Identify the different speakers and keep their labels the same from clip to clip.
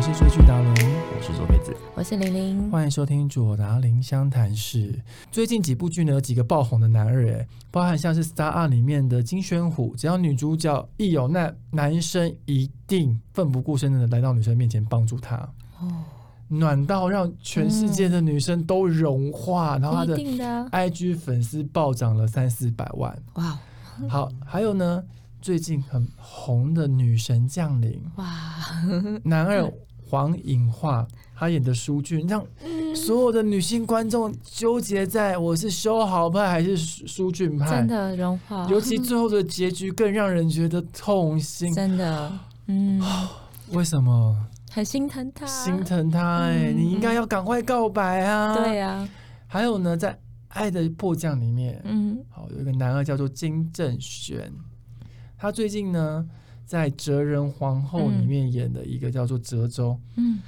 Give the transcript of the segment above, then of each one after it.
Speaker 1: 是追剧达龙，
Speaker 2: 我是左贝子。
Speaker 3: 我是玲玲，
Speaker 1: 欢迎收听左达林湘谈室。最近几部剧呢，有几个爆红的男二，哎，包含像是《Star 二》里面的金宣虎，只要女主角一有难，男生一定奋不顾身的来到女生面前帮助她，
Speaker 3: 哦
Speaker 1: 暖到让全世界的女生都融化，然后他
Speaker 3: 一
Speaker 1: 的
Speaker 3: 定的啊，
Speaker 1: IG 粉丝暴涨了三四百万。
Speaker 3: 哇
Speaker 1: 好，还有呢，最近很红的《女神降临》。
Speaker 3: 哇，
Speaker 1: 男
Speaker 3: 嗯
Speaker 1: 二黄颖桦他演的舒俊，让
Speaker 3: 嗯
Speaker 1: 所有的女性观众纠结在我是修豪派还是舒舒俊派
Speaker 3: 真。的融化，
Speaker 1: 尤其最后的结局更让人觉得痛心，
Speaker 3: 真的，嗯，
Speaker 1: 为什么
Speaker 3: 很心疼他，
Speaker 1: 哦心，疼他、哎、
Speaker 3: 啊嗯
Speaker 1: 你应该要赶快告白啊！
Speaker 3: 对啊，
Speaker 1: 还有呢，在《爱的迫降》里面，
Speaker 3: 嗯，
Speaker 1: 好有一个男二叫做金正玄，他最近呢在《哲人皇后》里面演的一个叫做哲州，
Speaker 3: 嗯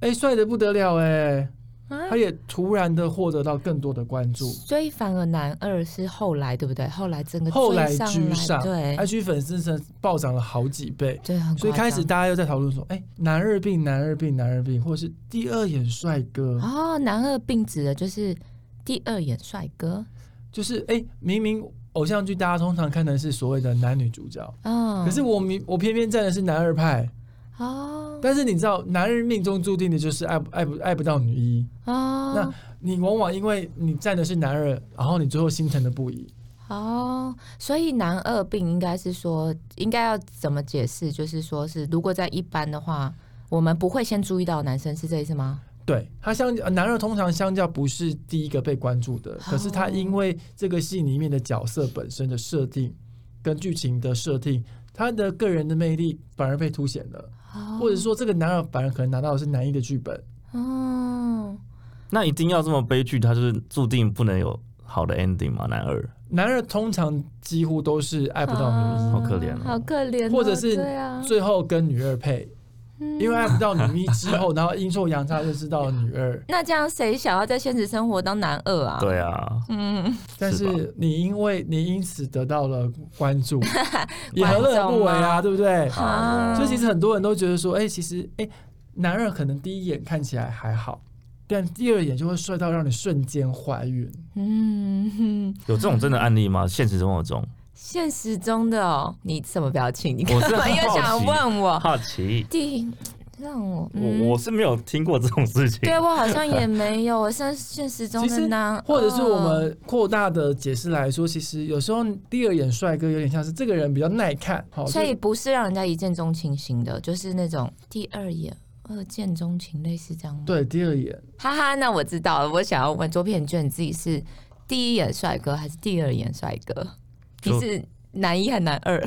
Speaker 1: 哎、帅的不得了哎、
Speaker 3: 啊
Speaker 1: 他，也突然的获得到更多的关注，
Speaker 3: 所以反而男二是后来，对不对？后来整个
Speaker 1: 后
Speaker 3: 嗯追
Speaker 1: 来
Speaker 3: 上
Speaker 1: 居上
Speaker 3: 对
Speaker 1: ，IG 粉丝层暴涨了好几倍。
Speaker 3: 对，很
Speaker 1: 所以
Speaker 3: 夸
Speaker 1: 开始
Speaker 3: 张
Speaker 1: 大家又在讨论说，哎、男二病，男二病，男二病，或是第二眼帅哥，
Speaker 3: 哦，男二病指的就是第二眼帅哥，
Speaker 1: 就是哎、明明偶像剧大家通常看的是所谓的男女主角，
Speaker 3: 嗯，
Speaker 1: 可是我明我偏偏站的是男二派，
Speaker 3: 哦
Speaker 1: 但是你知道，男人命中注定的就是爱不爱不爱不到女一，
Speaker 3: 哦
Speaker 1: 那你往往因为你站的是男二，然后你最后心疼的不已。
Speaker 3: 哦，所以男二病应该是说，应该要怎么解释？就是说是如果在一般的话，我们不会先注意到男生，是这意思吗？
Speaker 1: 对他相呃男二通常相较不是第一个被关注的，可是他
Speaker 3: 哦
Speaker 1: 因为这个戏里面的角色本身的设定跟剧情的设定，他的个人的魅力反而被凸显了，
Speaker 3: 哦
Speaker 1: 或者说这个男二反而可能拿到的是男一的剧本，
Speaker 3: 哦，
Speaker 2: 那一定要这么悲剧，他就是注定不能有好的 ending 嘛？男二
Speaker 1: 男二通常几乎都是爱不到女一。
Speaker 3: 啊
Speaker 2: 好可怜哦
Speaker 3: 好可怜哦、
Speaker 1: 或者是
Speaker 3: 对啊，
Speaker 1: 最后跟女二配，
Speaker 3: 嗯
Speaker 1: 因为爱不到女一之后，然后阴错阳差就知道了女 二。
Speaker 3: 那这样谁想要在现实生活当男二啊？，
Speaker 2: 对啊，
Speaker 3: 嗯，
Speaker 1: 但
Speaker 2: 是吧
Speaker 1: 是你因为你因此得到了关 注，也
Speaker 3: 观
Speaker 1: 何乐而不
Speaker 3: 众
Speaker 1: 为
Speaker 3: 啊
Speaker 1: 啊？对不对？
Speaker 3: 嗯
Speaker 2: 啊
Speaker 1: 所以其实很多人都觉得说，哎、其实哎、男二可能第一眼看起来还好，但第二眼就会帅到让你瞬间怀孕。
Speaker 3: 嗯， 哼
Speaker 2: 有这种真的案例吗？现实生活中，
Speaker 3: 现实中的哦，你什么表情？你干
Speaker 2: 我是
Speaker 3: 嘛
Speaker 2: 好奇
Speaker 3: 又想问我？
Speaker 2: 好奇，
Speaker 3: 弟，让我，
Speaker 2: 我我是没有听过这种事情。
Speaker 3: 嗯对我好像也没有，我现现实中
Speaker 1: 其实
Speaker 3: 的男，嗯
Speaker 1: 或者是我们扩大的解释来说，其实有时候第二眼帅哥有点像是这个人比较耐看，好，
Speaker 3: 所以
Speaker 1: 哦就
Speaker 3: 不是让人家一见钟情型的，就是那种第二眼二见钟情，类似这样吗？，
Speaker 1: 对第二眼。
Speaker 3: 哈哈，那我知道了。我想要问左撇，你觉得你自己是第一眼帅哥还是第二眼帅哥？
Speaker 2: 就
Speaker 3: 你是男一还男二？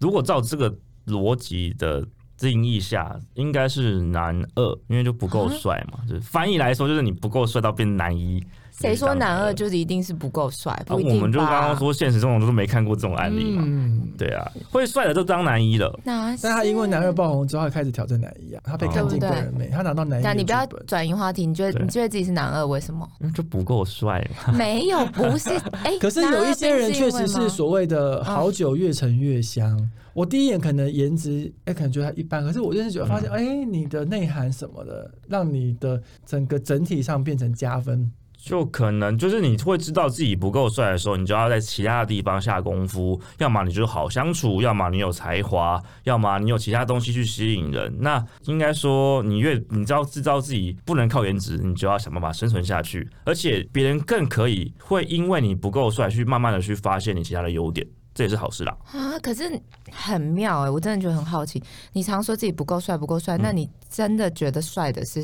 Speaker 2: 如果照这个逻辑的定义下，应该是男二，因为就不够帅嘛。就是翻译来说，就是你不够帅到变男一。
Speaker 3: 谁说男二就是一定是不够帅？
Speaker 2: 啊，
Speaker 3: 不一定、
Speaker 2: 我
Speaker 3: 吧？
Speaker 2: 们就刚刚说现实生活中都没看过这种案例嘛。
Speaker 1: 嗯，
Speaker 2: 对啊，会帅的都当男一了。
Speaker 3: 哪是？
Speaker 1: 但他因为男二爆红之后，他开始挑战男一啊，他被看进个人美，他拿到男一的
Speaker 3: 但你不要
Speaker 1: 剧本
Speaker 3: 转移话题，你觉得
Speaker 2: 对
Speaker 3: 你觉得自己是男二，为 什么？
Speaker 2: 因为就不够帅嘛，
Speaker 3: 没有，不是。哎、
Speaker 1: 可是
Speaker 3: 男
Speaker 1: 有
Speaker 3: 二
Speaker 1: 一些人
Speaker 3: 并
Speaker 1: 确
Speaker 3: 因为
Speaker 1: 实是
Speaker 3: 吗嗯
Speaker 1: 所谓的好酒越陈越香。我第一眼可能颜值，哎、可能觉得他一般，可是我就是觉得
Speaker 3: 嗯
Speaker 1: 发现，哎、你的内涵什么的，让你的整个整体上变成加分。
Speaker 2: 就可能就是你会知道自己不够帅的时候，你就要在其他的地方下功夫，要么你就好相处，要么你有才华，要么你有其他东西去吸引人。那应该说，你越你知道知道自己不能靠颜值，你就要想办法生存下去，而且别人更可以会因为你不够帅，去慢慢的去发现你其他的优点，这也是好事啦。
Speaker 3: 啊，可是很妙哎、我真的觉得很好奇。你常说自己不够帅，不够
Speaker 2: 嗯
Speaker 3: 帅，那你真的觉得帅的是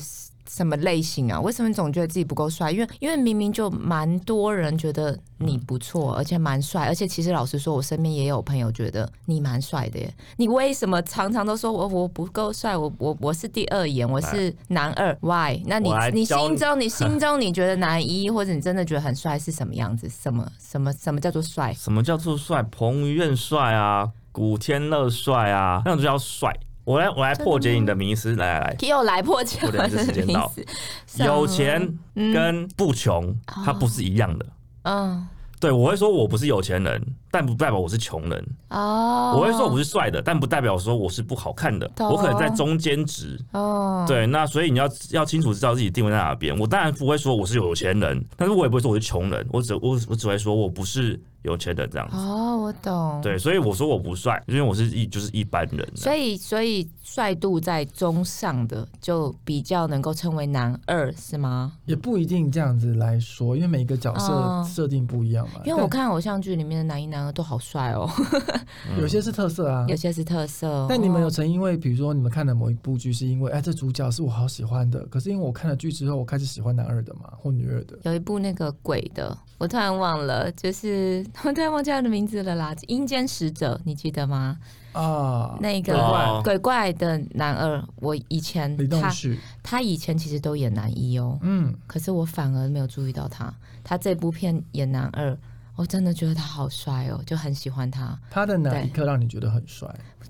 Speaker 3: 什么类型啊？为什么你总觉得自己不够帅？因为因为明明就蛮多人觉得你不错，而且蛮帅，而且其实老实说，我身边也有朋友觉得你蛮帅的耶。你为什么常常都说哦我我不够帅？我我我是第二眼，我是男二，why？那你
Speaker 2: 哎我来
Speaker 3: 你
Speaker 2: 教
Speaker 3: 心
Speaker 2: 你
Speaker 3: 中你心中你觉得男一，或者你真的觉得很帅是什么样子？什么什么什么叫做帅？
Speaker 2: 什么叫做帅？彭于晏帅啊，古天乐帅啊，那种就叫帅。我来我来破解你的迷思，来来来。
Speaker 3: 又来破解
Speaker 2: 我
Speaker 3: 我
Speaker 2: 的
Speaker 3: 的
Speaker 2: 时间
Speaker 3: 名
Speaker 2: 到
Speaker 3: 字，
Speaker 2: 有钱
Speaker 3: 嗯哦
Speaker 2: 跟不穷，它不是一样的。
Speaker 3: 嗯，
Speaker 2: 对我会说我不是有钱人，但不代表我是穷人。
Speaker 3: 哦，
Speaker 2: 我会说我不是帅的，但不代表说我是不好看的。
Speaker 3: 懂
Speaker 2: 我可能在中间值。
Speaker 3: 哦，
Speaker 2: 对，那所以你要要清楚知道自己定位在哪边。我当然不会说我是有钱人，但是我也不会说我是穷人，我只我我只会说我不是有钱人这样子。
Speaker 3: 哦，我懂。，
Speaker 2: 对，所以我说我不帅，因为我是一就是一般人、啊。
Speaker 3: 所以所以帅度在中上的就比较能够称为男二，是吗？
Speaker 1: 也不一定这样子来说，因为每个角色
Speaker 3: 哦
Speaker 1: 设定不一
Speaker 2: 啊
Speaker 1: 样嘛。
Speaker 3: 因为我看偶像剧里面的男一、男二都好帅哦，
Speaker 1: 但有些是特色啊
Speaker 3: 有。些是特色。
Speaker 1: 但你们有
Speaker 3: 哦
Speaker 1: 曾因为，比如说你们看了某一部剧，是因为哎这主角是我好喜欢的，可是因为我看了剧之后，我开始喜欢男二的嘛，或女二的。
Speaker 3: 有一部那个鬼的，我突然忘了，就是 我突然忘记他的名字了啦，《阴间使者》，你记得吗？
Speaker 1: 啊，
Speaker 3: 那个
Speaker 2: 鬼怪
Speaker 3: 鬼怪的男二，我以前
Speaker 1: 李栋
Speaker 3: 他
Speaker 1: 旭，
Speaker 3: 他以前其实都演男一哦，
Speaker 1: 嗯，
Speaker 3: 可是我反而没有注意到他，他这部片演男二。我真的觉得他好帅哦，就很喜欢他。
Speaker 1: 他的哪一
Speaker 3: 对
Speaker 1: 刻让你觉得很帅？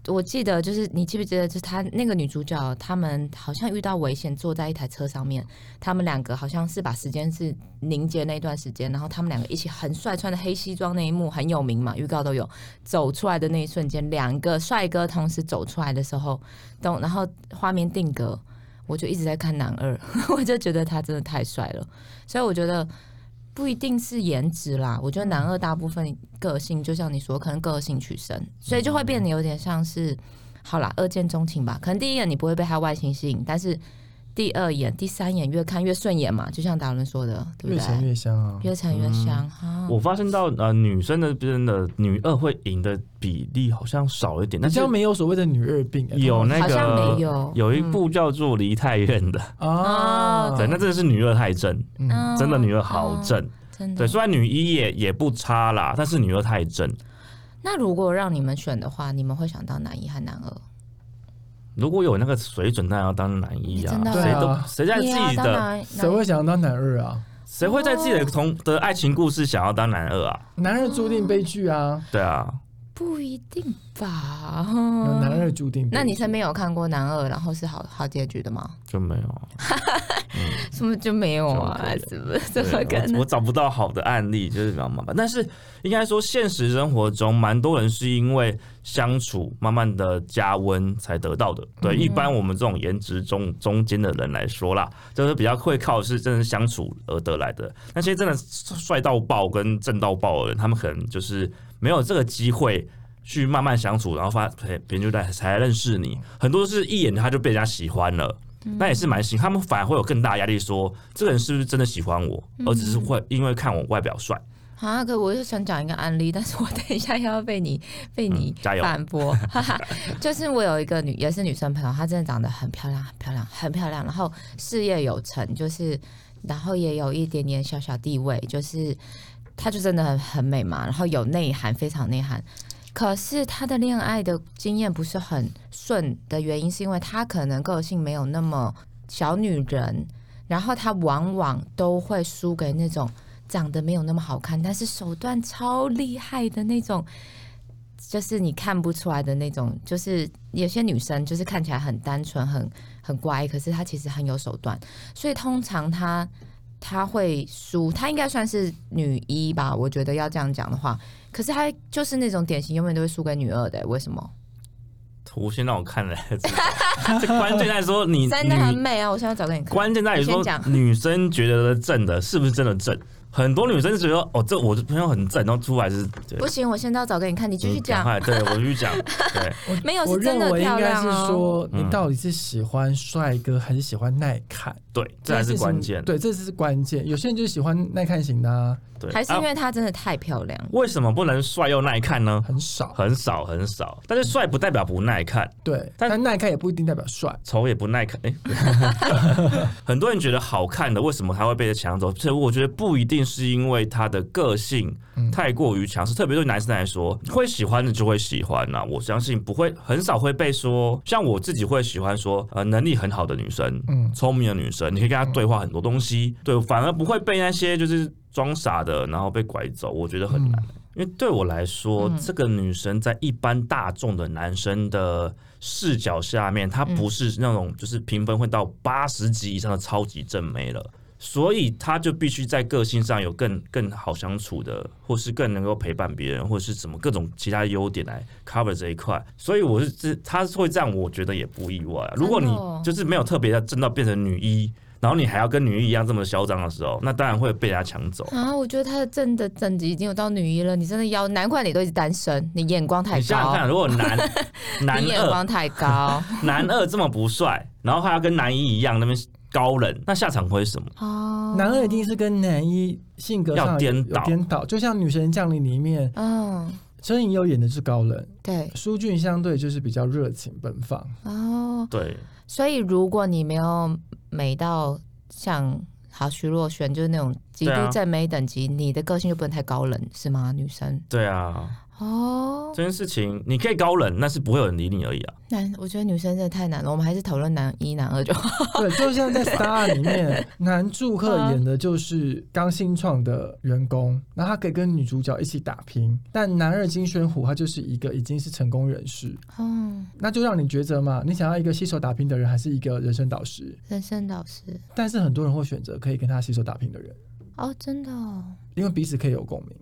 Speaker 3: 我记得就是你记不记得，就是他那个女主角，他们好像遇到危险，坐在一台车上面，他们两个好像是把时间是凝结那段时间，然后他们两个一起很帅，穿着黑西装那一幕很有名嘛，预告都有。走出来的那一瞬间，两个帅哥同时走出来的时候，懂，然后画面定格，我就一直在看男二， 我就觉得他真的太帅了，所以我觉得。不一定是颜值啦，我觉得男二大部分个性，就像你说，可能个性取胜，所以就会变得有点像是，好啦，二见钟情吧。可能第一眼你不会被他外形吸引，但是第二眼、第三眼越看越顺眼嘛，就像达伦说的，对
Speaker 1: 越
Speaker 3: 不
Speaker 1: 沉
Speaker 3: 对？
Speaker 1: 越香啊！
Speaker 3: 越沉越香哈。
Speaker 2: 嗯我发现到呃，女生那边的女二会赢的比例好像少一点，
Speaker 1: 比
Speaker 2: 但是
Speaker 1: 较没有所谓的女二病，哎
Speaker 2: 有那
Speaker 3: 好像没
Speaker 2: 个
Speaker 3: 有，嗯
Speaker 2: 有一部叫做《梨泰院》的，
Speaker 1: 啊，
Speaker 2: 哦对，那真的是女二太正，
Speaker 1: 嗯，
Speaker 2: 真的女二好
Speaker 3: 正，
Speaker 2: 正。
Speaker 3: 真的
Speaker 2: 对，。虽然女一也也不差啦，但是女二太正。
Speaker 3: 那如果让你们选的话，你们会想到男一和男二？
Speaker 2: 如果有那个水准，当然要当男一啊
Speaker 3: 真，的
Speaker 2: 谁
Speaker 1: 对
Speaker 2: 都
Speaker 1: 啊
Speaker 2: 谁在自己
Speaker 3: 当
Speaker 2: 的
Speaker 3: 然，
Speaker 1: 谁会想当男二啊？
Speaker 2: 谁会在自己的同的爱情故事想要当男二啊？
Speaker 1: 男二注定悲剧啊，
Speaker 2: 对啊，
Speaker 3: 不一定吧？
Speaker 1: 男二注定悲剧。
Speaker 3: 嗯那你身边有看过男二，然后是好好结局的吗？
Speaker 2: 就没有。
Speaker 3: 什么就没有啊？
Speaker 2: 怎
Speaker 3: 是不是？
Speaker 2: 对
Speaker 3: 怎么可
Speaker 2: 我？
Speaker 3: 能
Speaker 2: 我？找不到好的案例，就是比较麻烦。但是应该说，现实生活中蛮多人是因为相处慢慢的加温才得到的。对，
Speaker 3: 嗯
Speaker 2: 一般我们这种颜值中中间的人来说啦，就是比较会靠是真的相处而得来的。那些真的帅到爆跟正到爆的人，他们可能就是没有这个机会。去慢慢相处，然后发别人就来才认识你。很多是一眼他就被人家喜欢了，
Speaker 3: 嗯
Speaker 2: 那也是蛮辛苦，他们反而会有更大压力说这个人是不是真的喜欢我，
Speaker 3: 嗯
Speaker 2: 而只是会因为看我外表帅。
Speaker 3: 啊，可我就想讲一个案例，但是我等一下又要被你被你
Speaker 2: 嗯加油
Speaker 3: 反驳，哈哈。就是我有一个女也是女生朋友，她真的长得很漂亮，很漂亮，很漂亮，然后事业有成，就是然后也有一点点小小地位，就是她就真的很很美嘛，然后有内涵，非常内涵。可是她的恋爱的经验不是很顺的原因，是因为她可能个性没有那么小女人，然后她往往都会输给那种长得没有那么好看，但是手段超厉害的那种，就是你看不出来的那种。就是有些女生就是看起来很单纯、很很乖，可是她其实很有手段，所以通常她。她会输，她应该算是女一吧？我觉得要这样讲的话，可是她就是那种典型永远都会输给女二的、为什么？
Speaker 2: 图先让我看了， 这关键在说你
Speaker 3: 真的很
Speaker 2: 你
Speaker 3: 美啊！我现在找给你看。
Speaker 2: 关键在于
Speaker 3: 你
Speaker 2: 说
Speaker 3: 先讲
Speaker 2: 女生觉得的正的是不是真的正？很多女生觉得哦，这我的朋友很正，然后出来就是对
Speaker 3: 不行，我现在要找给你看，你继续
Speaker 2: 嗯赶
Speaker 3: 讲。
Speaker 2: 快对我继续 讲，对，
Speaker 3: 没有
Speaker 1: 我
Speaker 3: 是真
Speaker 1: 认
Speaker 3: 的
Speaker 1: 为应
Speaker 3: 漂
Speaker 1: 该
Speaker 3: 亮
Speaker 1: 是
Speaker 3: 哦。
Speaker 1: 说，你到底是喜欢帅哥还是喜欢耐看？
Speaker 2: 对，嗯这才是
Speaker 1: 件事情
Speaker 2: 关键。
Speaker 1: 对，这是关键。有些人就是喜欢耐看型的、啊，
Speaker 2: 对，
Speaker 3: 还是
Speaker 2: 啊
Speaker 3: 因为她真的太漂亮。
Speaker 2: 为什么不能帅又耐看呢？
Speaker 1: 很少。
Speaker 2: 很少很少，但是帅不代表不耐看。
Speaker 1: 对，
Speaker 2: 但
Speaker 1: 但耐看也不一定代表帅。
Speaker 2: 丑也不耐看，哎、 很多人觉得好看的，为什么他会被抢走？这我觉得不一定是因为他的个性
Speaker 1: 嗯
Speaker 2: 太过于强势，特别对男生来说，会喜欢的就会喜欢呐、我相信不会很少会被说，像我自己会喜欢说，呃，能力很好的女生，
Speaker 1: 嗯，
Speaker 2: 聪明的女生，你可以跟她对话很多东西，对，反而不会被那些就是装傻的，然后被拐走，我觉得很难。因为对我来说，这个女生在一般大众的男生的视角下面，她不是那种就是评分会到八十级以上的超级正妹了，所以他就必须在个性上有更更好相处的，或是更能够陪伴别人，或是什么各种其他优点来 cover 这一块。所以我是这他会这样，我觉得也不意外啊。如果你就是没有特别的真的变成女一，然后你还要跟女一一样这么嚣张的时候，那当然会被人家抢走。
Speaker 3: 啊，我觉得他的正的等级已经有到女一了，你真的要，难怪你都一直单身，你眼光太
Speaker 2: 你想想看，
Speaker 3: 高，
Speaker 2: 如果 男男
Speaker 3: 你眼
Speaker 2: 二
Speaker 3: 光 太高
Speaker 2: 男二这么不帅，然后还要跟男一一样那边高冷，那下场会是什么？
Speaker 3: 哦。
Speaker 1: 男二一定是跟男一性格上
Speaker 2: 要颠倒
Speaker 1: 有颠倒，就像《女神降临》里面，
Speaker 3: 嗯，
Speaker 1: 陈颖优演的是高冷，
Speaker 3: 对
Speaker 1: 舒俊相对就是比较热情奔放。
Speaker 3: 哦，
Speaker 2: 对，
Speaker 3: 所以如果你没有美到像好徐若瑄，就是那种极
Speaker 2: 对
Speaker 3: 度
Speaker 2: 啊
Speaker 3: 正美等级，你的个性就不能太高冷，是吗？女生
Speaker 2: 对啊，
Speaker 3: 哦，
Speaker 2: 这件事情你可以高冷，但是不会有人理你而已啊。
Speaker 3: 男，我觉得女生真的太难了，我们还是讨论男一、男二就好。
Speaker 1: 对，就像在《Star》里面，男祝
Speaker 3: 嗯
Speaker 1: 贺演的就是刚新创的员工，然后他可以跟女主角一起打拼。但男二金宣虎他就是一个已经是成功人士，
Speaker 3: 嗯，
Speaker 1: 那就让你抉择嘛，你想要一个携手打拼的人，还是一个人生导师？
Speaker 3: 人生导师
Speaker 1: 但是很多人会选择可以跟他携手打拼的人，
Speaker 3: 哦，真的、哦，
Speaker 1: 因为彼此可以有共鸣。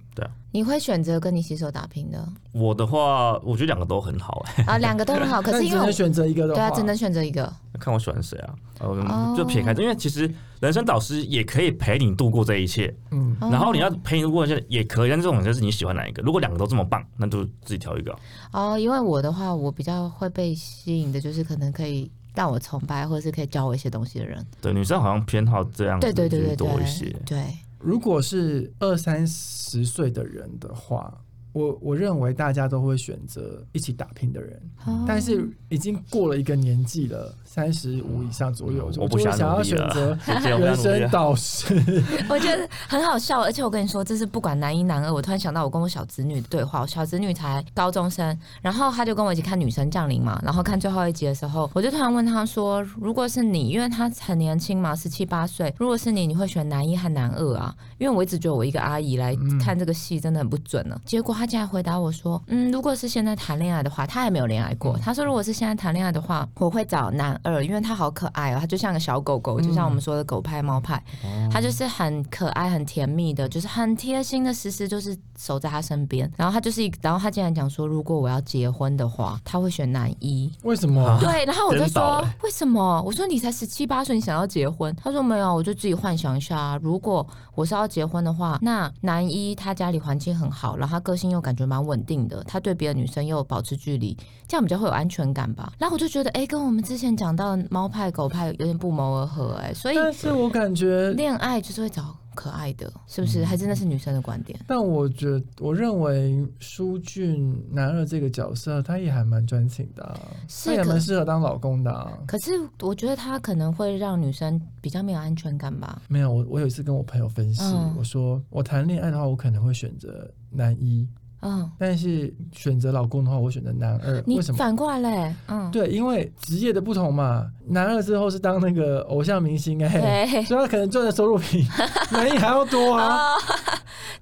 Speaker 3: 你会选择跟你洗手打拼的
Speaker 2: 我的话，我觉得两个都很好哎、
Speaker 3: 啊？两个都很好，可
Speaker 1: 但你
Speaker 3: 是因
Speaker 1: 只
Speaker 3: 为
Speaker 1: 能
Speaker 3: 我
Speaker 1: 选择一个的
Speaker 3: 对
Speaker 1: 话，
Speaker 3: 啊，只能选择一个。
Speaker 2: 看我喜欢谁啊？
Speaker 3: 哦
Speaker 2: 嗯，就撇开这，因为其实人生导师也可以陪你度过这一切，
Speaker 1: 嗯，
Speaker 3: 哦
Speaker 2: 然后你要陪你度过这一切也可以，但这种就是你喜欢哪一个？如果两个都这么棒，那就自己挑一个啊、
Speaker 3: 哦，因为我的话，我比较会被吸引的，就是可能可以让我崇拜，或者是可以教我一些东西的人。
Speaker 2: 对，女生好像偏好这样子
Speaker 3: 对对对
Speaker 2: 就是
Speaker 3: 对
Speaker 2: 多一
Speaker 3: 对
Speaker 2: 些，。
Speaker 3: 对，
Speaker 1: 如果是二三十岁的人的话，我我认为大家都会选择一起打拼的人。
Speaker 3: 哦
Speaker 1: 但是已经过了一个年纪了，三十五以上左右，
Speaker 2: 嗯
Speaker 1: 我就
Speaker 2: 我不
Speaker 1: 会
Speaker 2: 想
Speaker 1: 想要
Speaker 2: 努力
Speaker 1: 选
Speaker 2: 了
Speaker 1: 择
Speaker 2: 姐姐我 不
Speaker 1: 人
Speaker 2: 想努力啊
Speaker 1: 生
Speaker 2: 了
Speaker 1: 导师。
Speaker 3: 我觉得很好笑，而且我跟你说，这是不管男一男二，我突然想到我跟我小侄女的对话，我小侄女才高中生，然后她就跟我一起看《女神降临》嘛，然后看最后一集的时候，我就突然问她说，如果是你，因为她很年轻嘛，十七八岁，如果是你，你会选男一和男二啊？因为我一直觉得我一个阿姨来看这个戏真的很不准呢、结果她竟然回答我说，嗯，如果是现在谈恋爱的话，她还没有恋爱过，她说如果是现在谈恋爱的话，我会找男二，因为他好可爱哦，他就像个小狗狗，就像我们说的狗派猫派，他就是很可爱、很甜蜜的，就是很贴心的，时时就是守在他身边。然后他就是一，然后他竟然讲说，如果我要结婚的话，他会选男一。
Speaker 1: 为什么？
Speaker 3: 对，然后我就
Speaker 2: 真倒
Speaker 3: 说
Speaker 2: 欸
Speaker 3: 为什么？我说你才十七八岁，你想要结婚？他说没有，我就自己幻想一下、啊，如果我是要结婚的话，那男一他家里环境很好，然后他个性又感觉蛮稳定的，他对别的女生又保持距离，这样比较会有安全感吧。然后我就觉得，哎、跟我们之前讲到的猫派狗派有点不谋而合、哎，所以
Speaker 1: 但是我感觉，
Speaker 3: 恋爱就是会找可爱的，是不
Speaker 1: 嗯
Speaker 3: 是？还真的是女生的观点。
Speaker 1: 但我觉我认为舒俊男二这个角色，他也还蛮专情的、啊，
Speaker 3: 是
Speaker 1: 他也
Speaker 3: 可
Speaker 1: 蛮适合当老公的、啊。
Speaker 3: 可是我觉得他可能会让女生比较没有安全感吧。
Speaker 1: 没有，我我有一次跟我朋友分析，
Speaker 3: 嗯
Speaker 1: 我说我谈恋爱的话，我可能会选择男一，
Speaker 3: 嗯，
Speaker 1: 但是选择老公的话，我选择男二。
Speaker 3: 你
Speaker 1: 为什么？
Speaker 3: 反过来嘞？嗯，
Speaker 1: 对，因为职业的不同嘛，男二之后是当那个偶像明星哎、
Speaker 3: 对，
Speaker 1: 所以他可能赚的收入 比男一还要多啊。
Speaker 3: 啊，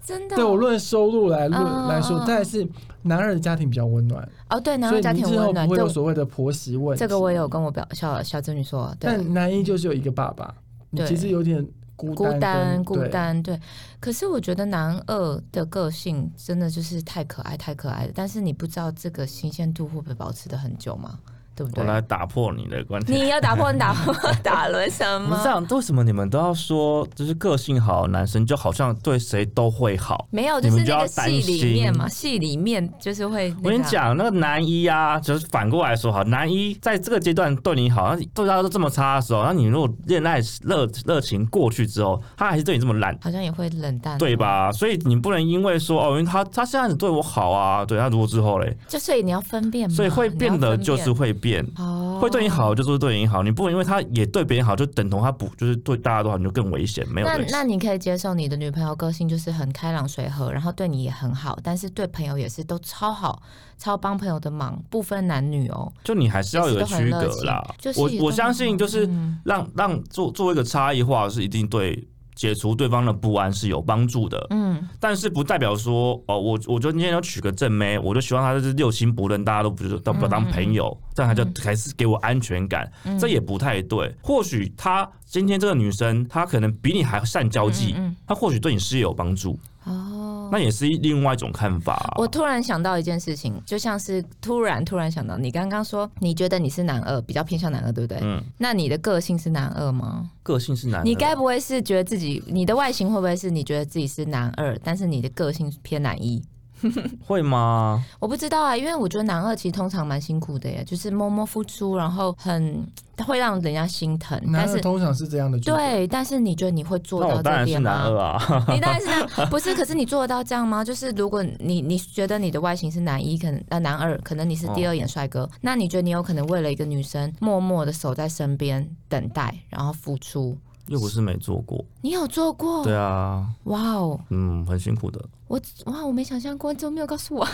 Speaker 3: 真的。哦
Speaker 1: 对我论收入来论
Speaker 3: 嗯
Speaker 1: 来说
Speaker 3: 嗯，
Speaker 1: 但是男二的家庭比较温暖，
Speaker 3: 哦，对，男
Speaker 1: 所
Speaker 3: 人
Speaker 1: 以
Speaker 3: 家
Speaker 1: 你
Speaker 3: 庭
Speaker 1: 之后
Speaker 3: 温暖，
Speaker 1: 不会有
Speaker 3: 这
Speaker 1: 所谓的婆媳问题。
Speaker 3: 这个我也有，跟我表小小侄女说，对，
Speaker 1: 但男一就是有一个爸爸，你
Speaker 3: 对
Speaker 1: 其实有点孤
Speaker 3: 孤
Speaker 1: 单
Speaker 3: 单
Speaker 1: 跟
Speaker 3: 孤。单，对。可是我觉得男二的个性真的就是太可爱，太可爱了。但是你不知道这个新鲜度会不会保持的很久嘛？对不
Speaker 2: 我
Speaker 3: 对？
Speaker 2: 来打破你的观点。
Speaker 3: 你要打破打破 打了什
Speaker 2: 不
Speaker 3: 么
Speaker 2: 是？这样，为什么你们都要说，就是个性好的男生就好像对谁都会好？
Speaker 3: 没有，
Speaker 2: 你
Speaker 3: 是
Speaker 2: 们就
Speaker 3: 那
Speaker 2: 要
Speaker 3: 个戏
Speaker 2: 担
Speaker 3: 里
Speaker 2: 心
Speaker 3: 面嘛，戏里面就是会、那个啊。
Speaker 2: 我跟你讲，那个男一啊，就是反过来说好，男一在这个阶段对你好，然后对他都这么差的时候，那你如果恋爱热热情过去之后，他还是对你这么烂，
Speaker 3: 好像也会冷淡，
Speaker 2: 对？吧？所以你不能因为说哦，因为他他现在对我好啊，对他如果之后嘞，
Speaker 3: 就所以你要分辨嘛，
Speaker 2: 所以会
Speaker 3: 你要
Speaker 2: 变的
Speaker 3: 嗯分
Speaker 2: 就是会变。
Speaker 3: 哦，
Speaker 2: 会对你。好就是对你好，你不能因为他也对别人好，就等同他不就是对大家都好，你就更危险，没有
Speaker 3: 那
Speaker 2: 人性。
Speaker 3: 那你可以接受你的女朋友个性就是很开朗随和，然后对你也很好，但是对朋友也是都超好，超帮朋友的忙，不分男女哦。
Speaker 2: 就你还是要有个区隔啦
Speaker 3: 就是都很热情就是也嗯
Speaker 2: 我
Speaker 3: 都
Speaker 2: 我
Speaker 3: 很
Speaker 2: 相信，就是
Speaker 3: 嗯
Speaker 2: 让让做做一个差异化是一定对解除对方的不安是有帮助的。
Speaker 3: 嗯，
Speaker 2: 但是不代表说哦，我我就今天要娶个正妹，我就希望她就是六亲不认，大家都不是都不当朋
Speaker 3: 嗯
Speaker 2: 友，这样她就还是给我安全感，这也不太对。或许她今天这个女生，她可能比你还善交际，
Speaker 3: 嗯
Speaker 2: 她或许对你事业有帮助，
Speaker 3: 哦。
Speaker 2: 那也是另外一种看法啊、
Speaker 3: 我突然想到一件事情，就像是突然突然想到，你刚刚说你觉得你是男二，比较偏向男二，对不对？
Speaker 2: 嗯，
Speaker 3: 那你的个性是男二吗？
Speaker 2: 个性是男的，
Speaker 3: 你该不会是觉得自己，你的外形会不会是你觉得自己是男二，但是你的个性偏男一？
Speaker 2: 会吗？
Speaker 3: 我不知道啊，因为我觉得男二其实通常蛮辛苦的耶，就是默默付出，然后很会让人家心疼。
Speaker 1: 男
Speaker 3: 但
Speaker 1: 二
Speaker 3: 是
Speaker 1: 通常是这样的，，
Speaker 3: 对，但是你觉得你会做
Speaker 2: 啊那我
Speaker 3: 到
Speaker 2: 当
Speaker 3: 这
Speaker 2: 然是
Speaker 3: 点
Speaker 2: 男
Speaker 3: 吗
Speaker 2: 二？啊，
Speaker 3: 你当然是男，不是？可是你做得到这样吗？就是如果你你觉得你的外形是男一，可能呃男二，可能你是第二眼帅
Speaker 2: 哦
Speaker 3: 哥，那你觉得你有可能为了一个女生默默的守在身边等待，然后付出？
Speaker 2: 又不是没做过。
Speaker 3: 你有做过？
Speaker 2: 对啊，
Speaker 3: 哇哦，
Speaker 2: 嗯，很辛苦的。
Speaker 3: 我哇，我没想象过，你怎么没有告诉我？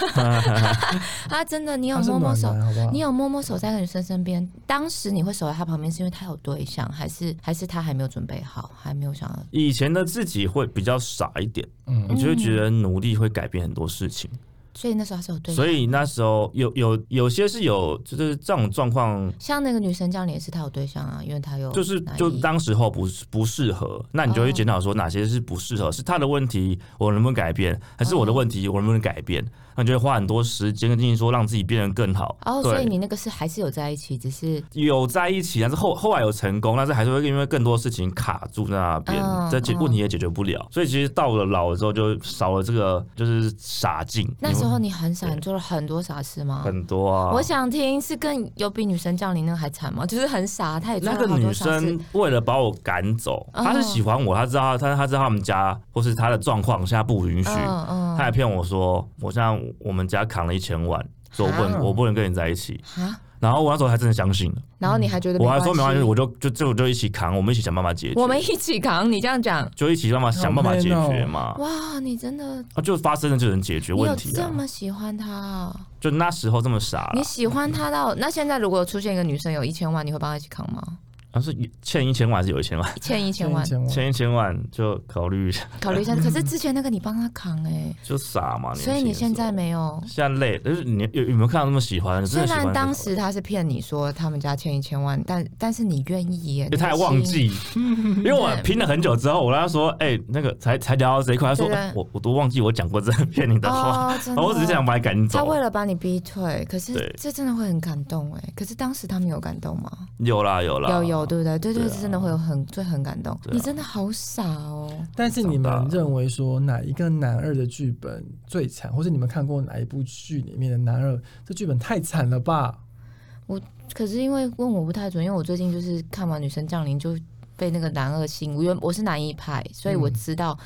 Speaker 3: 啊，真的，你有
Speaker 1: 他是
Speaker 3: 默默
Speaker 1: 暖
Speaker 3: 守
Speaker 1: 男，好不
Speaker 2: 啊
Speaker 1: 好
Speaker 3: 你？有默默守在一个女生身边，当时你会守在她旁边，是因为她有对象，还是还是她还没有准备好，还没有想要？
Speaker 2: 以前的自己会比较傻一点，
Speaker 1: 嗯，
Speaker 2: 你就会觉得努力会改变很多事情，
Speaker 3: 所以那时候她是有对啊象
Speaker 2: 所。以那时候有有有些是有就是这种状况，
Speaker 3: 像那个女生这样，你也是她有对象啊，因为她有
Speaker 2: 就是
Speaker 3: 男
Speaker 2: 就
Speaker 3: 一
Speaker 2: 当时候不是不适合，那你就会
Speaker 3: 哦
Speaker 2: 检讨说哪些是不适合，是他的问题，我能不能改变，还是我的
Speaker 3: 哦
Speaker 2: 问题，我能不能改变？那你就会花很多时间跟精力说让自己变得更好。
Speaker 3: 哦，所
Speaker 2: 对，
Speaker 3: 以你那个是还是有在一起，只是
Speaker 2: 有在一起，但是后后来有成功，但是还是会因为更多事情卡住在那边
Speaker 3: 嗯，
Speaker 2: 这解
Speaker 3: 嗯
Speaker 2: 问题也解决不了。所以其实到了老了之后，就少了这个就是傻劲。
Speaker 3: 那时候你很傻，
Speaker 2: 对
Speaker 3: 你做了很多傻事吗？
Speaker 2: 很多啊，
Speaker 3: 我想听是更有比女生叫你那个还惨吗？就是很傻，她也做
Speaker 2: 那
Speaker 3: 了
Speaker 2: 个
Speaker 3: 好
Speaker 2: 女
Speaker 3: 多傻
Speaker 2: 生
Speaker 3: 事。
Speaker 2: 为了把我赶走，
Speaker 3: 嗯
Speaker 2: 她是喜欢我，她知道她她知道他们家或是她的状况现在不允许，
Speaker 3: 嗯
Speaker 2: 她
Speaker 3: 嗯，
Speaker 2: 还骗我说我现在我们家扛了一千万，所以我不能
Speaker 3: 啊
Speaker 2: 我不能跟你在一起。
Speaker 3: 啊，
Speaker 2: 然后我那时候还真的相信了，
Speaker 3: 然后你还觉得
Speaker 2: 我还说没
Speaker 3: 关
Speaker 2: 关系，我就就就就一起扛，我们一起想办法解决，
Speaker 3: 我们一起扛，你这样讲，
Speaker 2: 就一起想办法想办法解
Speaker 1: 好
Speaker 2: 决
Speaker 1: man 哦
Speaker 2: 嘛。
Speaker 3: 哇，你真的
Speaker 2: 啊，就发生了就能解决
Speaker 3: 你有
Speaker 2: 问题
Speaker 3: 这
Speaker 2: 啊！
Speaker 3: 么喜欢他啊？
Speaker 2: 就那时候这么傻
Speaker 3: 你
Speaker 2: 了，
Speaker 3: 喜欢他到那现在，如果出现一个女生有一千万，你会帮她一起扛吗？
Speaker 2: 啊是欠一千万还是有一千万？
Speaker 3: 欠一千
Speaker 1: 千
Speaker 3: 万，
Speaker 1: 千万，
Speaker 2: 欠一千万就考虑一下，
Speaker 3: 考虑一下。可是之前那个你帮他扛哎、
Speaker 2: 就傻嘛。
Speaker 3: 所以
Speaker 2: 年轻的时候
Speaker 3: 你现在没有。
Speaker 2: 现在累，就是你有有没有看到那么喜欢？真
Speaker 3: 虽
Speaker 2: 的喜欢
Speaker 3: 然
Speaker 2: 这个
Speaker 3: 当时他是骗你说他们家欠一千万，但但是你愿意耶，
Speaker 2: 因为他还
Speaker 3: 你的
Speaker 2: 忘
Speaker 3: 心。
Speaker 2: 记，因为我拼了很久之后，我跟他说：“哎、那个才才聊到这一块。”他说：“
Speaker 3: 对对啊
Speaker 2: 哎我我都忘记我讲过这骗你的话，
Speaker 3: 哦，真
Speaker 2: 然
Speaker 3: 的，
Speaker 2: 后我只是想把你赶
Speaker 3: 他
Speaker 2: 走。
Speaker 3: 为了把你逼退，可是
Speaker 2: 对
Speaker 3: 这真的会很感动哎。可是当时他们有感动吗？”
Speaker 2: 有啦有啦，
Speaker 3: 有有，对不对？对对，
Speaker 2: 对啊
Speaker 3: 这真的会有很会很感动。
Speaker 2: 对啊
Speaker 3: 你真的好傻哦，
Speaker 1: 但是你们
Speaker 2: 长大了
Speaker 1: 认为说哪一个男二的剧本最惨，或是你们看过哪一部剧里面的男二这剧本太惨了吧？
Speaker 3: 可是因为问我不太准，因为我最近就是看完《女神降临》就被那个男二吸引。我原我是男一派，所以我知道、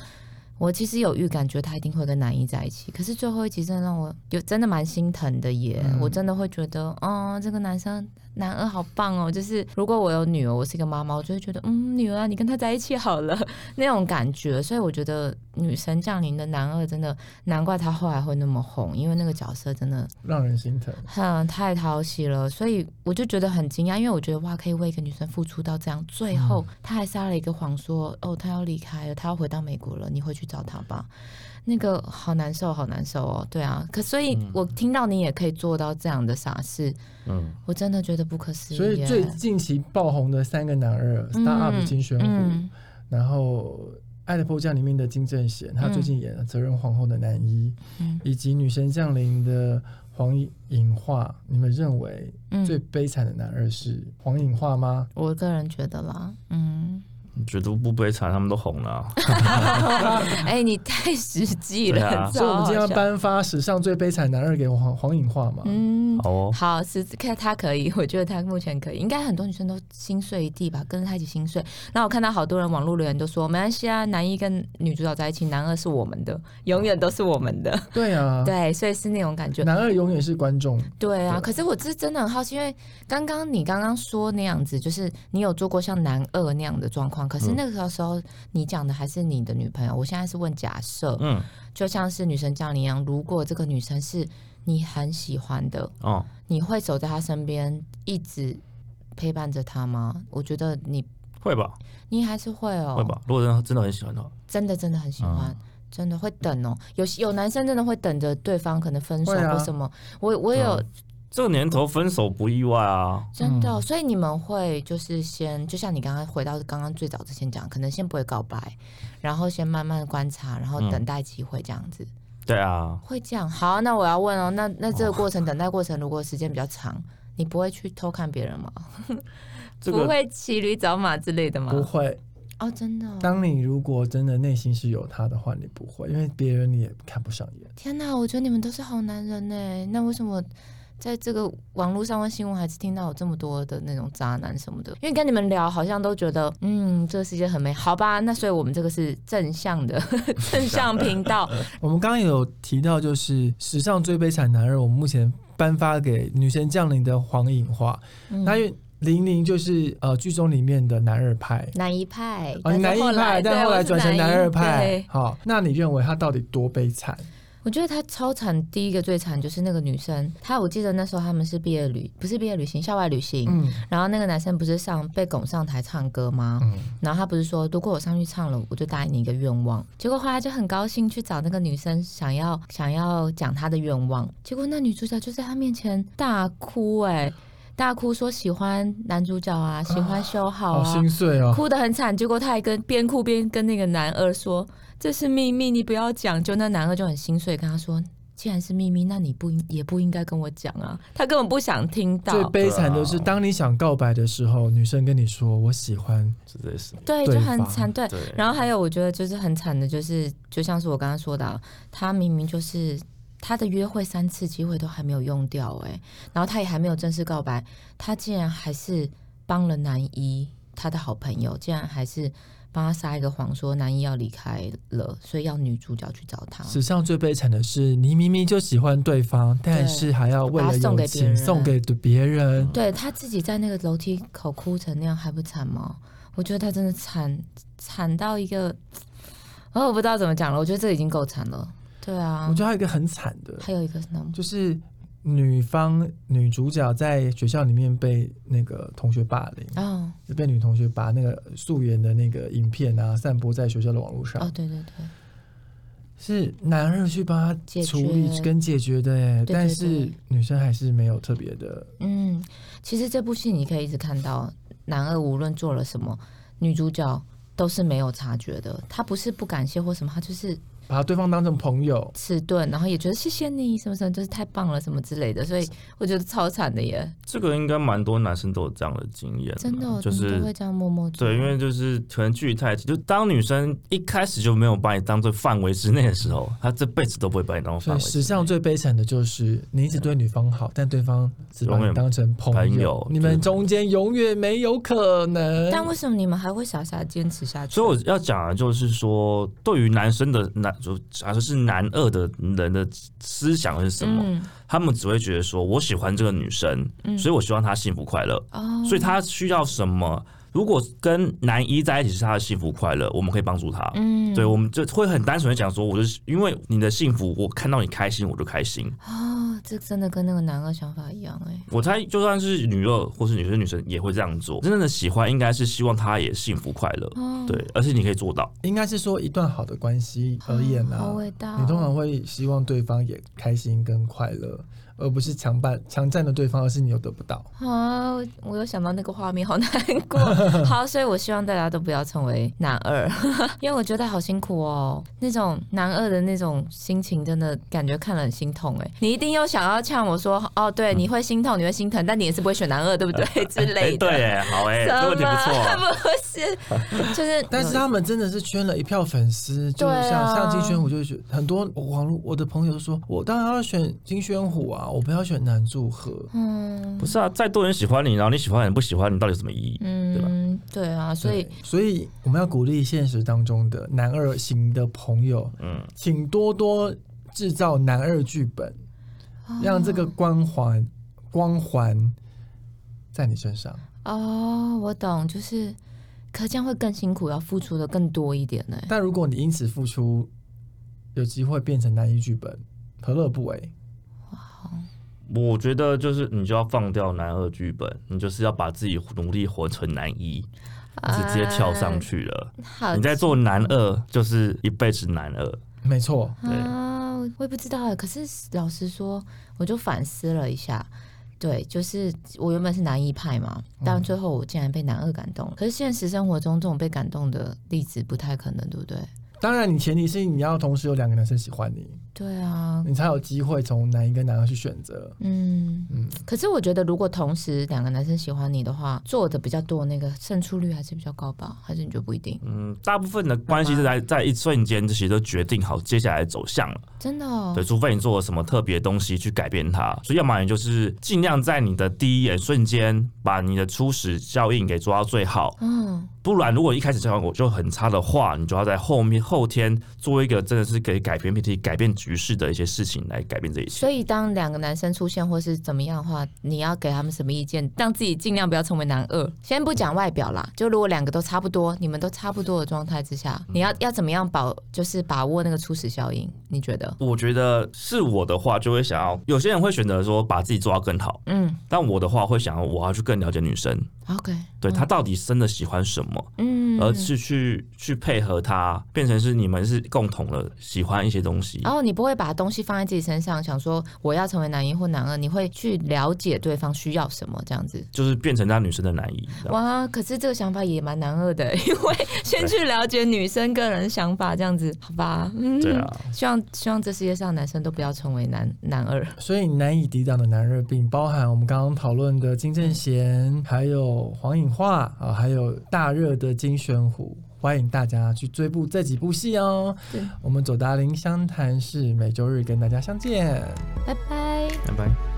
Speaker 3: 我其实有预感觉他一定会跟男一在一起。可是最后一集真的让我有真的蛮心疼的耶，
Speaker 1: 嗯
Speaker 3: 我真的会觉得，哦，这个男生男二好棒哦。就是如果我有女儿，我是一个妈妈，我就会觉得，嗯，女儿啊，你跟他在一起好了那种感觉。所以我觉得《女神降临》的男二真的难怪他后来会那么红，因为那个角色真的
Speaker 1: 让人心疼。
Speaker 3: 很太讨喜了，所以我就觉得很惊讶，因为我觉得哇，可以为一个女生付出到这样，最后
Speaker 1: 嗯
Speaker 3: 他还撒了一个谎说，哦，他要离开了，他要回到美国了，你回去找他吧。那个好难受，好难受哦，对啊，可所以，我
Speaker 1: 嗯
Speaker 3: 听到你也可以做到这样的傻事，
Speaker 2: 嗯，
Speaker 3: 我真的觉得不可思议
Speaker 1: 所
Speaker 3: 耶。
Speaker 1: 以最近期爆红的三个男二
Speaker 3: 嗯
Speaker 1: ，Star Up 金宣虎，
Speaker 3: 嗯
Speaker 1: 然后《爱的迫降》里面的金正贤，他最近演了《责任皇后》的男一，
Speaker 3: 嗯
Speaker 1: 以及《女神降临》的黄颖化。你们认为
Speaker 3: 嗯
Speaker 1: 最悲惨的男二是黄颖化 吗？
Speaker 3: 我个人觉得啦，嗯，
Speaker 2: 觉得不悲惨，他们都红了啊、
Speaker 3: 哎、你太实际了，
Speaker 2: 对啊
Speaker 1: 所以我们今天要
Speaker 3: 超好笑
Speaker 1: 颁发史上最悲惨男二给黄黄颖化嘛？
Speaker 3: 嗯，
Speaker 2: 好哦，
Speaker 3: 好，十字看他可以， 我觉得他目前可以，应该很多女生都心碎一地吧，跟着他一起心碎。然后我看到好多人网络留言都说，没关系啊，男一跟女主角在一起，男二是我们的，永远都是我们的。
Speaker 1: 对啊，
Speaker 3: 对，所以是那种感觉。
Speaker 1: 男二永远是观众。
Speaker 3: 对啊，
Speaker 1: 对
Speaker 3: 可是我是真的很好奇，因为刚刚你刚刚说那样子，就是你有做过像男二那样的状况，可是那个时候你讲的还是你的女朋友。我现在是问假设，
Speaker 2: 嗯
Speaker 3: 就像是女神降临一样，如果这个女生是你很喜欢的，
Speaker 2: 哦，
Speaker 3: 你会守在他身边，一直陪伴着他吗？我觉得你
Speaker 2: 会吧，
Speaker 3: 你还是会哦，
Speaker 2: 会吧。如果真的真的很喜欢的话，
Speaker 3: 真的真的很喜欢。
Speaker 2: 嗯
Speaker 3: 真的会等哦，有有男生真的会等着对方可能分手
Speaker 1: 会啊
Speaker 3: 或什么，我我有、
Speaker 2: 嗯这个年头分手不意外啊。
Speaker 3: 真的哦、所以你们会就是先，就像你刚刚回到刚刚最早之前讲，可能先不会告白，然后先慢慢观察，然后
Speaker 2: 嗯
Speaker 3: 等待机会这样子，
Speaker 2: 对啊，
Speaker 3: 会这样。好，那我要问哦，那那这个过程、等待过程，如果时间比较长，你不会去偷看别人吗？
Speaker 2: 这
Speaker 3: 不
Speaker 2: 个
Speaker 3: 会骑驴找马之类的吗？
Speaker 1: 不会。
Speaker 3: 哦，真的哦、
Speaker 1: 当你如果真的内心是有他的话，你不会，因为别人你也看不上眼。
Speaker 3: 天哪，我觉得你们都是好男人呢。那为什么在这个网络上的新闻还是听到有这么多的那种渣男什么的？因为跟你们聊，好像都觉得嗯，这个世界很美好吧？那所以我们这个是正向的 正向频 道，
Speaker 1: 我们刚刚有提到，就是史上最悲惨男人，我们目前颁发给《女神降临》的黄颖华。
Speaker 3: 嗯
Speaker 1: 那因为玲玲就是呃剧中里面的男二派。
Speaker 3: 男一派，
Speaker 1: 啊，
Speaker 3: 但是
Speaker 1: 男一
Speaker 3: 嗯后来
Speaker 1: 派，但
Speaker 3: 对
Speaker 1: 后
Speaker 3: 我
Speaker 1: 来
Speaker 3: 是
Speaker 1: 转成男
Speaker 3: 一
Speaker 1: 二派
Speaker 3: 对。
Speaker 1: 好，那你认为他到底多悲惨？
Speaker 3: 我觉得他超惨，第一个最惨就是那个女生，她我记得那时候他们是毕业旅，不是毕业旅行，校外旅行。
Speaker 1: 嗯
Speaker 3: 然后那个男生不是上被拱上台唱歌吗？
Speaker 1: 嗯，
Speaker 3: 然后他不是说，如果我上去唱了，我就答应你一个愿望。结果后来就很高兴去找那个女生，想要想要讲她的愿望。结果那女主角就在他面前大哭、哎，大哭说喜欢男主角啊，喜欢修好
Speaker 1: 好
Speaker 3: 啊，
Speaker 1: 心碎哦。
Speaker 3: 哭得很惨。结果他还跟边哭边跟那个男二说这是秘密，你不要讲。就那男二就很心碎，跟他说。既然是秘密，那你不应也不应该跟我讲啊！他根本不想听到。
Speaker 1: 最悲惨的是，
Speaker 2: 对啊
Speaker 1: 当你想告白的时候，女生跟你说“我喜欢
Speaker 2: 是这是
Speaker 3: 对，
Speaker 1: 对
Speaker 3: 就很
Speaker 1: 方
Speaker 3: 惨。对，
Speaker 2: 对。
Speaker 3: 然后还有，我觉得就是很惨的，就是就像是我刚刚说的啊、他明明就是他的约会三次机会都还没有用掉、欸，然后他也还没有正式告白，他竟然还是帮了男一他的好朋友，竟然还是帮他撒一个谎，说男一要离开了，所以要女主角去找他”。。
Speaker 1: 史上最悲惨的是，你明明就喜欢对方，但是还要为了友情
Speaker 3: 把它
Speaker 1: 送
Speaker 3: 送
Speaker 1: 给
Speaker 3: 给
Speaker 1: 别人。
Speaker 3: 对他自己在那个楼梯口哭成那样，还不惨吗？我觉得他真的惨惨到一个，哦，我不知道怎么讲了。我觉得这已经够惨了。对啊，
Speaker 1: 我觉得还有一个很惨的，
Speaker 3: 还有一个是什么？
Speaker 1: 就是女方女主角在学校里面被那个同学霸凌，
Speaker 3: 哦
Speaker 1: 就被女同学把那个素颜的那个影片啊散播在学校的网络上，
Speaker 2: 啊
Speaker 3: 哦，对对对，
Speaker 1: 是男二去帮她
Speaker 3: 解决
Speaker 1: 处理跟解决的、欸，
Speaker 3: 对
Speaker 1: 但是女生还是没有特别的。
Speaker 3: 嗯，其实这部戏你可以一直看到，男二无论做了什么，女主角都是没有察觉的。他不是不感谢或什么，他就是
Speaker 1: 把对方当成朋友，
Speaker 3: 迟钝，然后也觉得谢谢你什么什么，就是太棒了什么之类的。所以我觉得超惨的耶，
Speaker 2: 这个应该蛮多男生都有这样的经验啊，
Speaker 3: 真的，
Speaker 2: 就
Speaker 3: 你
Speaker 2: 是
Speaker 3: 都会这样默默做。
Speaker 2: 对，因为就是可能距离太近，就当女生一开始就没有把你当做范围之内的时候， 她这辈子都不会把你当做范
Speaker 1: 所
Speaker 2: 围
Speaker 1: 以
Speaker 2: 之内。
Speaker 1: 史上最悲惨的就是你一直对女方好，但对方只把
Speaker 2: 永
Speaker 1: 你
Speaker 2: 远
Speaker 1: 当成朋友，
Speaker 2: 朋友
Speaker 1: 你们中间永远没有可能。
Speaker 3: 但为什么你们还会傻傻坚持下去？
Speaker 2: 所以我要讲的就是说，对于男生的男，就假设是男二的人的思想是什么？
Speaker 3: 嗯
Speaker 2: 他们只会觉得说我喜欢这个女生，
Speaker 3: 嗯
Speaker 2: 所以我希望她幸福快乐，
Speaker 3: 哦，
Speaker 2: 所以她需要什么？如果跟男一在一起是她的幸福快乐，我们可以帮助她。
Speaker 3: 嗯
Speaker 2: 对，我们就会很单纯的讲说，我就是因为你的幸福，我看到你开心我就开心。
Speaker 3: 哦，这真的跟那个男二想法一样哎。
Speaker 2: 我猜就算是女二或是女生女生也会这样做。真正的喜欢应该是希望她也幸福快乐，
Speaker 3: 哦，
Speaker 2: 对，而且你可以做到。
Speaker 1: 应该是说一段好的关系而言
Speaker 3: 哦
Speaker 1: 啦、
Speaker 3: 好伟大哦。
Speaker 1: 啊你通常会希望对方也开心跟快乐，而不是强办强占了对方，而是你又得不到。
Speaker 3: 啊，我又想到那个画面，好难 过。好，所以我希望大家都不要成为男二， 因为我觉得好辛苦哦。那种男二的那种心情，真的感觉看了很心痛哎。你一定又想要呛我说，哦，
Speaker 2: 嗯
Speaker 3: 对，你会心痛，你会心疼，但你也是不会选男二，对不 对？之
Speaker 2: 哎、
Speaker 3: 类的。
Speaker 2: 对，耶，好哎，
Speaker 3: 什
Speaker 2: 这
Speaker 3: 么？
Speaker 2: 问题不错、啊。
Speaker 3: 不是， 就是，
Speaker 1: 但是他们真的是圈了一票粉丝，就
Speaker 3: 对啊
Speaker 1: 像、像金宣虎，就会觉得很多网络我的朋友说，我当然要选金宣虎啊，我不要选男祝和。
Speaker 3: 嗯
Speaker 2: 不是啊，再多人喜欢你，然后你喜欢的人不喜欢你，到底有什么意义？
Speaker 3: 嗯，对啊，所以
Speaker 1: 对所以我们要鼓励现实当中的男二型的朋友，
Speaker 2: 嗯，
Speaker 1: 请多多制造男二剧本，
Speaker 3: 哦
Speaker 1: 让这个光环光环在你身上。
Speaker 3: 哦，我懂，就是，可这样会更辛苦，要付出的更多一点呢。
Speaker 1: 但如果你因此付出，有机会变成男一剧本，何乐不为？
Speaker 2: 我觉得就是你就要放掉男二剧本，你就是要把自己努力活成男一，直接跳上去了。
Speaker 3: 啊欸好，
Speaker 2: 你在做男二，就是一辈子男二。
Speaker 1: 没错，
Speaker 2: 对
Speaker 3: 啊，我也不知道哎。可是老实说，我就反思了一下，对，就是我原本是男一派嘛，
Speaker 2: 嗯
Speaker 3: 但最后我竟然被男二感动了。可是现实生活中这种被感动的例子不太可能，对不对？
Speaker 1: 当然你前提是你要同时有两个男生喜欢你，
Speaker 3: 对啊，
Speaker 1: 你才有机会从男一跟男二去选择。
Speaker 3: 嗯
Speaker 1: 嗯
Speaker 3: 可是我觉得，如果同时两个男生喜欢你的话，做的比较多那个胜出率还是比较高吧？还是你觉得不一定？
Speaker 2: 嗯，大部分的关系是在在一瞬间，其实都决定好接下来走向了。
Speaker 3: 真的、哦？
Speaker 2: 对，除非你做了什么特别东西去改变它，所以要么你就是尽量在你的第一眼瞬间把你的初始效应给抓到最好，
Speaker 3: 嗯，
Speaker 2: 不然如果一开始效果就很差的话，你就要在后面后天做一个真的是可以改变 PT、改变局势的一些事情来改变这一切。
Speaker 3: 所以当两个男生出现或是怎么样的话，你要给他们什么意见，让自己尽量不要成为男二。先不讲外表啦，就如果两个都差不多，你们都差不多的状态之下，你要要怎么样保，就是把握那个初始效应？你觉得？
Speaker 2: 我觉得是我的话，就会想要有些人会选择说把自己做到更好，
Speaker 3: 嗯
Speaker 2: 但我的话会想要我要去更了解女生，
Speaker 3: ，OK，
Speaker 2: 对她到底真的喜欢什么，
Speaker 3: 嗯，
Speaker 2: 而是去去配合她，变成是你们是共同的喜欢一些东西。
Speaker 3: 然后你不会把东西放在自己身上，想说我要成为男一或男二，你会去了解对方需要什么这样子。
Speaker 2: 就是变成那女生的男一，这样
Speaker 3: 哇，可是这个想法也蛮男二的，因为先去了解女生个人想法这样子，好吧？嗯，
Speaker 2: 对啊，
Speaker 3: 希望希望这世界上男生都不要成为男男二。
Speaker 1: 所以难以抵挡的男二病，包含我们刚刚讨论的金正贤，还有黄颖化啊，还有大热的金宣虎。欢迎大家去追捕这几部戏哦
Speaker 3: 对！
Speaker 1: 我们左达林湘潭市每周日跟大家相见。
Speaker 3: 拜拜。
Speaker 2: 拜拜。